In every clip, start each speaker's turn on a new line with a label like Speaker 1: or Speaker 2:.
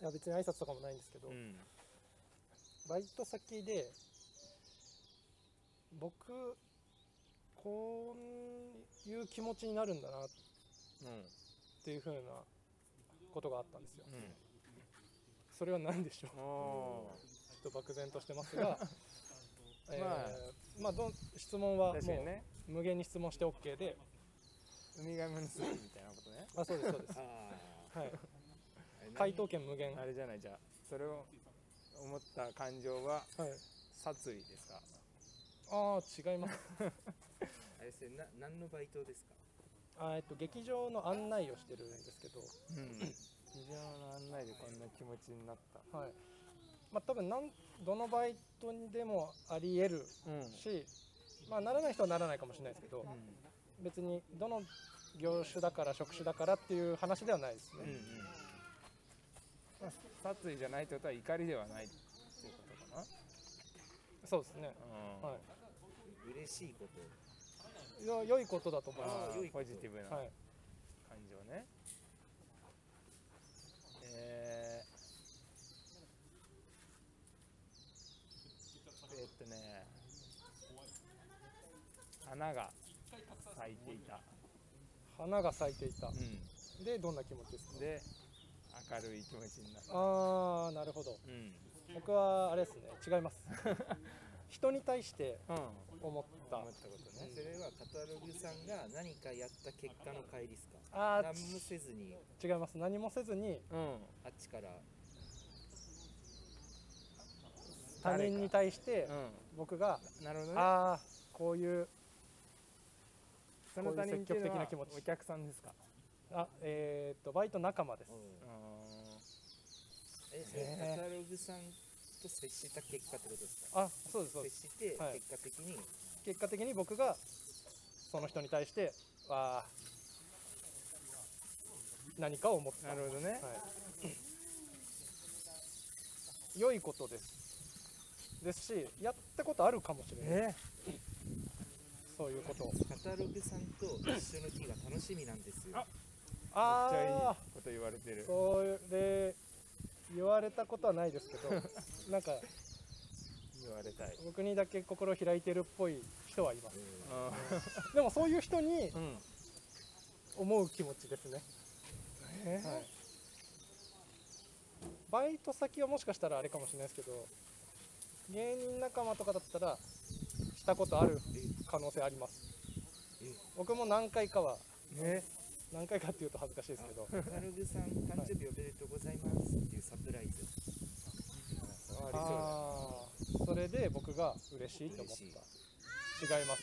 Speaker 1: や別に挨拶とかもないんですけど、
Speaker 2: うん
Speaker 1: バイト先で僕こういう気持ちになるんだなっ
Speaker 2: うん
Speaker 1: ていうふうなことがあったんですよ
Speaker 2: うん
Speaker 1: それは何でしょう
Speaker 2: お
Speaker 1: ちょっと漠然として ますがえー
Speaker 2: まあ
Speaker 1: まあどん質問はも
Speaker 2: 確かに
Speaker 1: う
Speaker 2: ね
Speaker 1: 無限に質問して OK で
Speaker 2: ウミガメの巣みたいなことね
Speaker 1: あそうですそうです、
Speaker 2: あ
Speaker 1: はい、
Speaker 2: あ
Speaker 1: 回答権無限
Speaker 2: あ
Speaker 1: はい
Speaker 2: れじゃないじゃあそれを思った感情は殺意ですか
Speaker 1: ああ違います
Speaker 3: あれですねな何のバイトですか
Speaker 1: あーえっと劇場の案内をしてるんですけど
Speaker 2: うん非常の案内でこんな気持ちになった
Speaker 1: はいまあ多分なんどのバイトにでもあり得る
Speaker 2: うん
Speaker 1: し、まあ、ならない人はならないかもしれないですけど、別にどの業種だから職種だからっていう話ではないです
Speaker 2: うんう
Speaker 1: ね、
Speaker 2: んまあ殺意じゃないってことは怒りではないっていうことか
Speaker 1: そうですね、
Speaker 2: な、うん
Speaker 1: は
Speaker 3: 嬉しいこと
Speaker 1: い、よ良いことだと思いま
Speaker 2: あ
Speaker 3: 良い
Speaker 2: ー
Speaker 3: こ
Speaker 2: ポ
Speaker 3: と
Speaker 2: ジティブな
Speaker 1: す、はい、
Speaker 2: 感情ね、えー、えーっとね花が咲いていた、
Speaker 1: 花が咲いていた、
Speaker 2: う
Speaker 1: でどんな気持ちですか
Speaker 2: ん、で明るい気持ちになる、
Speaker 1: ああなるほど
Speaker 2: うん
Speaker 1: 僕はあれですね違います 人に対して
Speaker 2: うん、
Speaker 1: 思った
Speaker 2: 思ったことね
Speaker 3: それはカタログさんが何かやった結果の帰りですか
Speaker 1: あ
Speaker 3: 何も
Speaker 1: ー
Speaker 3: せずに
Speaker 1: 違います何もせずに
Speaker 2: うん
Speaker 3: あっちから
Speaker 1: 他人に対して
Speaker 2: う
Speaker 1: 僕が、
Speaker 2: ん、なるほどね
Speaker 1: ああこういう
Speaker 2: その他人っていうのは
Speaker 1: こういう積極的な気持ち
Speaker 2: お客さんですか
Speaker 1: あえーっとバイト仲間です、
Speaker 2: うーん
Speaker 3: えそ
Speaker 1: ね
Speaker 3: れ
Speaker 1: え
Speaker 3: カタログさんと接した結果ってことですか
Speaker 1: あそうですそうで
Speaker 3: 接
Speaker 1: す
Speaker 3: して
Speaker 1: はい
Speaker 3: 結果的に、
Speaker 1: 結果的に僕がその人に対してあー何かを思った
Speaker 2: なるほどね、
Speaker 1: はい、良いことですですしやったことあるかもしれない
Speaker 2: えー
Speaker 1: そういうことを
Speaker 3: カタログさんと一緒の日が楽しみなんですよ
Speaker 2: あめっちゃ
Speaker 1: あ
Speaker 2: いいこと言われてる
Speaker 1: あそれ言われたことはないです けどなんか
Speaker 2: 言われたい
Speaker 1: 僕にだけ心開いてるっぽい人はいます
Speaker 2: う
Speaker 1: でもそういう人に
Speaker 2: ん、うん、
Speaker 1: 思う気持ちですね
Speaker 2: えー
Speaker 1: はい、バイト先はもしかしたらあれかもしれないですけど芸人仲間とかだったらしたことある可能性あります
Speaker 3: え
Speaker 1: 僕も何回かは
Speaker 2: ね、
Speaker 1: 何回かっていうと恥ずかしいですけど
Speaker 3: カタログさん誕生日おめでとうございますっていうサプライズ
Speaker 2: ありそ
Speaker 1: あーそれで僕が嬉しいと思っ
Speaker 3: 嬉した
Speaker 1: 違います、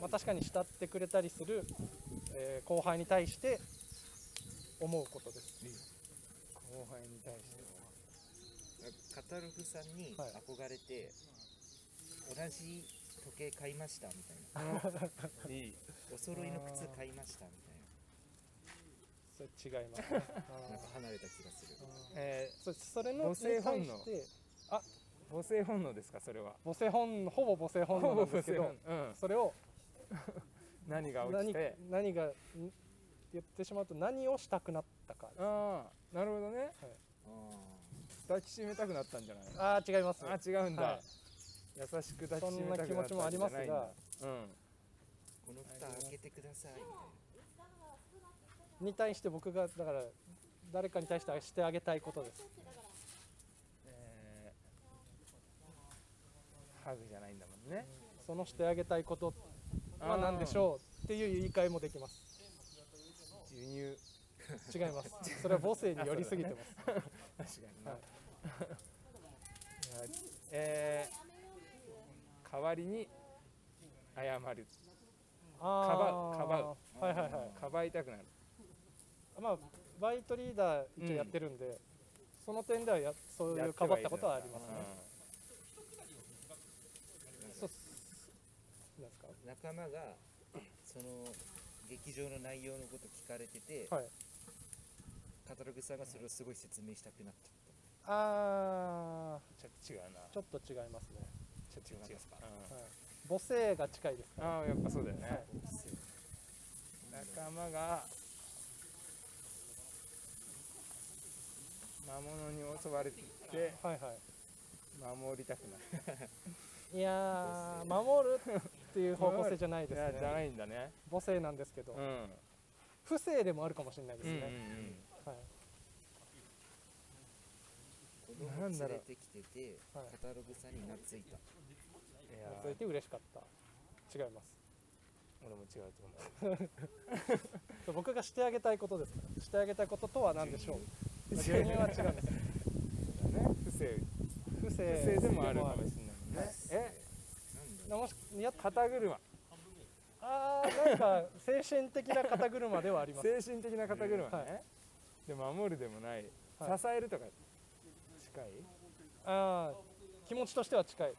Speaker 1: まあ、確かに慕ってくれたりする、えー後輩に対して思うことです
Speaker 2: う後輩に対しても
Speaker 3: カタログさんに
Speaker 1: はい
Speaker 3: 憧れて、同じ時計買いましたみたいな
Speaker 2: いい
Speaker 3: お揃いの靴買いましたみたい
Speaker 1: それ違います、ね、
Speaker 3: ななんか離れた気がする
Speaker 2: え
Speaker 1: そそれの
Speaker 2: 母性本能
Speaker 1: に対して
Speaker 2: ー、母性本能ですかそれは
Speaker 1: 母性本ほぼ母性本能なんですけ
Speaker 2: ほ
Speaker 1: ど
Speaker 2: ぼ母性本能うん
Speaker 1: それを
Speaker 2: 何が起き
Speaker 1: 何
Speaker 2: て
Speaker 1: 何がん言ってしまうと何をしたくなったか、はい、
Speaker 2: ああなるほどね
Speaker 3: あ
Speaker 2: 抱きしめたくなったんじゃない
Speaker 1: ああ違います
Speaker 2: あ違うんだ、
Speaker 1: はい
Speaker 2: 優しく抱きしめたくなったん
Speaker 1: そんな気
Speaker 2: じゃないんだ
Speaker 1: 持ちもありますが
Speaker 2: うん
Speaker 3: ーこの蓋開けてくださいみたいな
Speaker 1: に対して僕がだから誰かに対してしてあげたいことです
Speaker 2: えー、ハグじゃないんだもんね、
Speaker 1: そのしてあげたいことは何でしょうっていう言い換えもできます
Speaker 2: 輸入
Speaker 1: 違いますそれは母性に寄りすぎてます、
Speaker 2: 確かにな、
Speaker 1: はい
Speaker 2: いやえー、代わりに謝る
Speaker 1: あー
Speaker 2: かば
Speaker 1: はいはいはい
Speaker 2: かばいたくなる
Speaker 1: まあバイトリーダー一応やってるんで、その点ではやそうい
Speaker 2: や
Speaker 1: う
Speaker 2: て
Speaker 1: か
Speaker 2: はい
Speaker 1: ば
Speaker 2: る
Speaker 1: ったことはありますね、そうなんですか
Speaker 3: 仲間がその劇場の内容のこと聞かれてて、
Speaker 1: はい
Speaker 3: カタログさんがそれをすごい説明したくなった
Speaker 1: あー
Speaker 2: ちょっと違うな
Speaker 1: ちょっと違いますね、
Speaker 2: ちょっと違うなですか、
Speaker 1: はい、母性が近いです
Speaker 2: ああやっぱそうだよね、仲間が魔物に襲われてて
Speaker 1: はいは
Speaker 2: 守りたくない
Speaker 1: いいやー守るっていう方向性じゃない
Speaker 2: い
Speaker 1: です
Speaker 2: やじゃ
Speaker 1: ね
Speaker 2: ないんだね
Speaker 1: 母性なんですけど、
Speaker 2: うん
Speaker 1: 不正でもあるかもしれないです
Speaker 2: うんうん
Speaker 1: ね、はい、
Speaker 3: 子供
Speaker 2: な
Speaker 3: 連
Speaker 2: んだろ
Speaker 3: れ
Speaker 2: う
Speaker 3: てきてて、
Speaker 1: はい
Speaker 3: カタログさんに懐いた。
Speaker 2: うんいや
Speaker 1: 続いて嬉しかった違います
Speaker 2: 俺も違うと思う
Speaker 1: 僕がしてあげたいことですからしてあげたいこととは何でしょう牛乳は違うんです
Speaker 2: ね不正
Speaker 1: 不正
Speaker 2: 不正でもあるかもしれないもんねえ
Speaker 3: なんだろう
Speaker 1: もしや
Speaker 2: 肩車
Speaker 1: あーなんか精神的な肩車ではあります
Speaker 2: 精神的な肩車
Speaker 1: う
Speaker 2: ね、
Speaker 1: んはい
Speaker 2: で守るでもない、
Speaker 1: はい
Speaker 2: 支えるとか近い
Speaker 1: あー気持ちとしては近い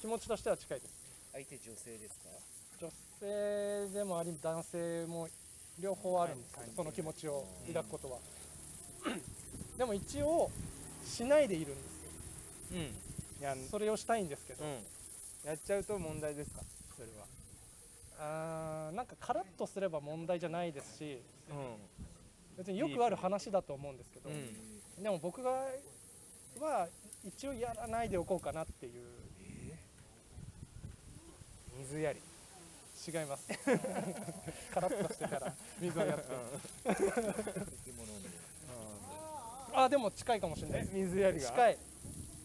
Speaker 1: 気持ちとしては近いです
Speaker 3: 相手女性ですか
Speaker 1: 女性でもあり男性も両方あるんですけどその気持ちを抱くことはでも一応しないでいるんですよ
Speaker 2: うんやん
Speaker 1: それをしたいんですけど
Speaker 2: うんやっちゃうと問題ですかそれは
Speaker 1: あーなんかカラッとすれば問題じゃないですし
Speaker 2: う
Speaker 1: 別によくある話だと思うんですけど、
Speaker 2: うん
Speaker 1: でも僕がは一応やらないでおこうかなっていう
Speaker 2: ん水やり
Speaker 1: 違いますカラッとしてから水をやって
Speaker 3: 生き物に。
Speaker 1: あでも近いかもしれない
Speaker 2: え
Speaker 1: です
Speaker 2: 水やりが
Speaker 1: 近い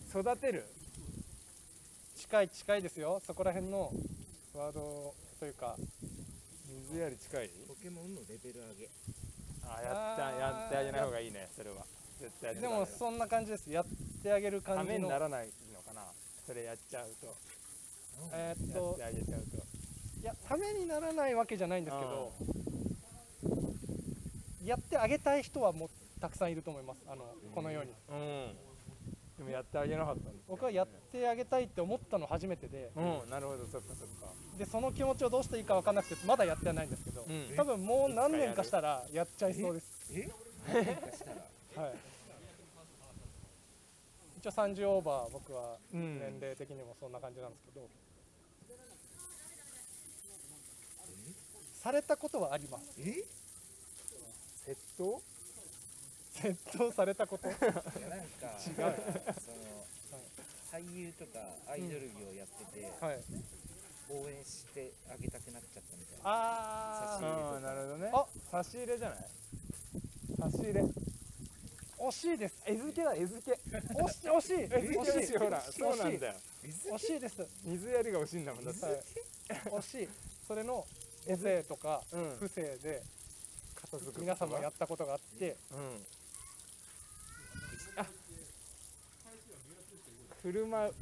Speaker 2: 育てる
Speaker 1: 近い近いですよそこら辺のワードというか
Speaker 2: 水やり近い
Speaker 3: ポケモンのレベル上げ。
Speaker 2: あやった
Speaker 1: あー
Speaker 2: やってあげない方がいいねそれは絶対やって
Speaker 1: で
Speaker 2: た方がい
Speaker 1: も
Speaker 2: い
Speaker 1: そんな感じですやってあげる
Speaker 2: た
Speaker 1: 感
Speaker 2: め
Speaker 1: じ
Speaker 2: に
Speaker 1: の
Speaker 2: ならないのかなそれやっちゃうと
Speaker 1: えーっ
Speaker 2: やっ
Speaker 1: と
Speaker 2: てあげちゃうと
Speaker 1: いやためにならないわけじゃないんですけどやってあげたい人はもうたくさんいると思いますあのこのように
Speaker 2: うんでもやってあげなかったんですよ
Speaker 1: 僕はやってあげたいって思ったの初めてで
Speaker 2: うんなるほどそっかそっか
Speaker 1: でその気持ちをどうしていいか分かんなくてまだやってはないんですけど、
Speaker 2: うん
Speaker 1: 多分もう何年かしたらやっちゃいそうです、
Speaker 3: え何かしたら、
Speaker 1: はい、一応30オーバー僕は
Speaker 2: うん
Speaker 1: 年齢的にもそんな感じなんですけど、されたことはあります
Speaker 3: え
Speaker 2: 窃盗
Speaker 1: 窃盗されたこと
Speaker 3: いやなんか、その、俳優とかアイドル業やってて、
Speaker 1: はい
Speaker 3: 応援してあげたくなっちゃったみたいな。
Speaker 1: あ
Speaker 3: 差し入れ
Speaker 2: ああなるほどね
Speaker 1: あ
Speaker 2: 差し入れじゃない差し入れ
Speaker 1: ー惜しいです
Speaker 2: 餌付けだ餌付け
Speaker 1: 惜しい惜しい
Speaker 2: 餌付け
Speaker 1: 惜
Speaker 2: 欲
Speaker 1: し
Speaker 2: し
Speaker 1: い
Speaker 2: いほらそうなんだよ
Speaker 3: 水
Speaker 1: 惜しいです、はい、
Speaker 2: 水やりが欲しいんだもんだって
Speaker 1: 惜しいそれのエセとか
Speaker 2: うん
Speaker 1: 不正で
Speaker 2: 片付く
Speaker 1: 皆様やったことがあって
Speaker 2: うんあ振る舞う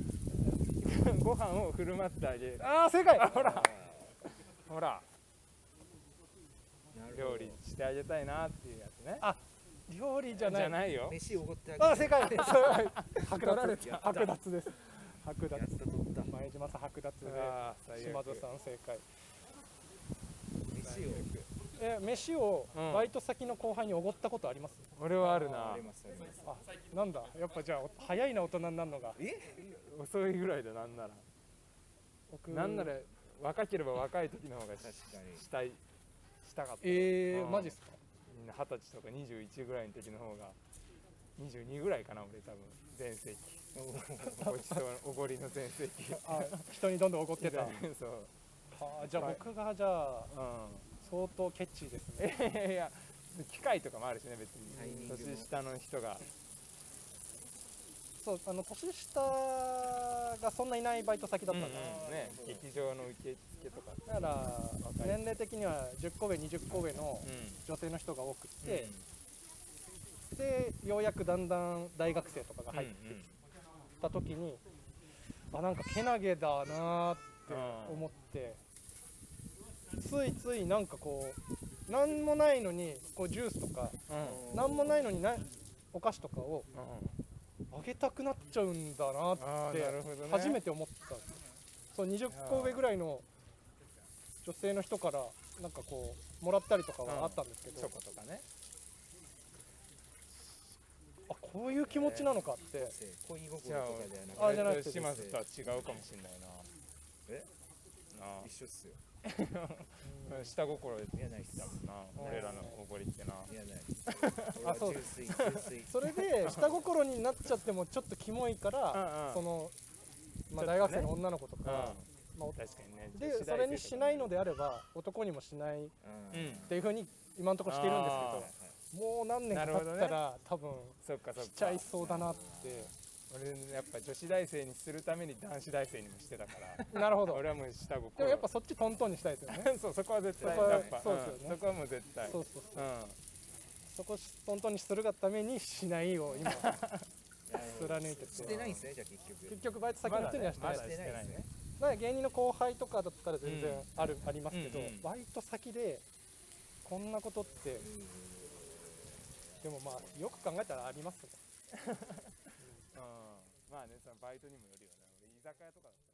Speaker 2: ご飯を振る舞ってあげる
Speaker 1: ああ正解
Speaker 2: ほらほら
Speaker 3: なるほ
Speaker 2: 料理してあげたいなっていうやつね
Speaker 1: 料理じゃない
Speaker 2: ないよ
Speaker 3: ど。飯おごってあげ
Speaker 1: あ
Speaker 3: た
Speaker 1: あ正解
Speaker 2: 取られ
Speaker 3: やった
Speaker 1: 剥奪です剥奪
Speaker 3: やった取った。
Speaker 1: 前島さん剥奪
Speaker 2: あー
Speaker 1: で
Speaker 2: 最
Speaker 1: 島
Speaker 2: 悪
Speaker 1: 津さん正解
Speaker 3: 飯を。
Speaker 1: え飯を
Speaker 2: うん
Speaker 1: バイト先の後輩におごったことあります、
Speaker 2: 俺はある
Speaker 3: あ
Speaker 2: な
Speaker 3: りますあります。
Speaker 1: あなんだやっぱじゃあお早いな大人になるのが
Speaker 3: え
Speaker 2: 遅いぐらいだなんなら
Speaker 1: 僕
Speaker 2: なんなら若ければ若い時の方がし
Speaker 3: 確かに。
Speaker 2: したいしたかった
Speaker 1: えー、
Speaker 2: うん
Speaker 1: マジっすか
Speaker 2: みんな二十歳とか21ぐらいの時の方が22ぐらいかな俺多分全盛期
Speaker 3: おー
Speaker 2: ごちそうのおごりの全盛期
Speaker 1: あ人にどんどんお ごってた
Speaker 2: そう
Speaker 1: あーじゃあ僕がじゃあ
Speaker 2: う
Speaker 1: 相当ケチですね
Speaker 2: んいやいや機械とかもあるしね別
Speaker 3: タイミン
Speaker 2: に
Speaker 3: グも
Speaker 2: 年下の人が
Speaker 1: そうあの年下がそんないないバイト先だ
Speaker 2: う
Speaker 1: っ
Speaker 2: ん
Speaker 1: た
Speaker 2: うん
Speaker 1: で、
Speaker 2: んね劇場の受付とか
Speaker 1: だから
Speaker 2: 若い
Speaker 1: 年齢的には10個上20個上の
Speaker 2: うん
Speaker 1: 女性の人が多くって、でようやくだんだん大学生とかが入っ
Speaker 2: うんうん
Speaker 1: た時に、あなんかけなげだなーって思って、ついついなんかこう何もないのにこうジュースとか
Speaker 2: うん
Speaker 1: 何もないのになお菓子とかを
Speaker 2: うん
Speaker 1: あげたくなっちゃうんだなって
Speaker 2: あーなるほどね
Speaker 1: 初めて思ったんですよそう20個上ぐらいの女性の人からなんかこうもらったりとかはあったんですけど、
Speaker 2: チョコとかね
Speaker 1: あこういう気持ちなのかって、
Speaker 3: 恋心とかではなく
Speaker 1: あじゃなくて
Speaker 2: 俺と島津とは違うかもしれないな
Speaker 3: え
Speaker 2: な
Speaker 3: 一緒っすよ。
Speaker 2: あ下心で
Speaker 3: いやないっす。
Speaker 2: な俺らのおごりってない
Speaker 3: やない。
Speaker 1: あそう
Speaker 3: 中水中水
Speaker 1: それで下心になっちゃってもちょっとキモいから
Speaker 2: うんうん
Speaker 1: その、まあ、
Speaker 2: ちょっと
Speaker 1: 大
Speaker 2: ね
Speaker 1: 学生の女の子とか、まあお
Speaker 2: 確かにね。
Speaker 1: でそれにしないのであれば男にもしないっ
Speaker 3: うん
Speaker 2: うん
Speaker 1: ていうふうに今のところしてるんです
Speaker 2: あー
Speaker 1: けどもう何年か経
Speaker 2: なるほ
Speaker 1: ったら、多分
Speaker 2: そっかそっ
Speaker 1: しちゃ
Speaker 2: か
Speaker 1: い。そうだなって
Speaker 2: 俺やっぱ女子大生にするために男子大生にもしてたから。
Speaker 1: なるほど
Speaker 2: 俺はもう下心。
Speaker 1: でもやっぱそっちトントンにしたいですよね
Speaker 2: そうそこは絶対
Speaker 1: そこは
Speaker 2: やっぱ
Speaker 1: そうですよね
Speaker 2: んそこはもう絶対。
Speaker 1: そうそうそう
Speaker 2: うん。
Speaker 1: そこトントンにするがためにしないを今
Speaker 3: なるほど
Speaker 1: 貫いてて
Speaker 3: してないんですねじゃあ結局
Speaker 1: 結局バイト先の人にはしてな
Speaker 2: ま
Speaker 1: い
Speaker 2: だ
Speaker 1: です
Speaker 2: ね
Speaker 3: してないですね
Speaker 1: だから芸人の後輩とかだったら全然
Speaker 2: うん
Speaker 1: ある、ありますけど、
Speaker 2: うんうん
Speaker 1: バイト先でこんなことってでもまあよく考えたらありますね
Speaker 2: うん。まあねそのバイトにもよるよね。俺居酒屋とかだったら。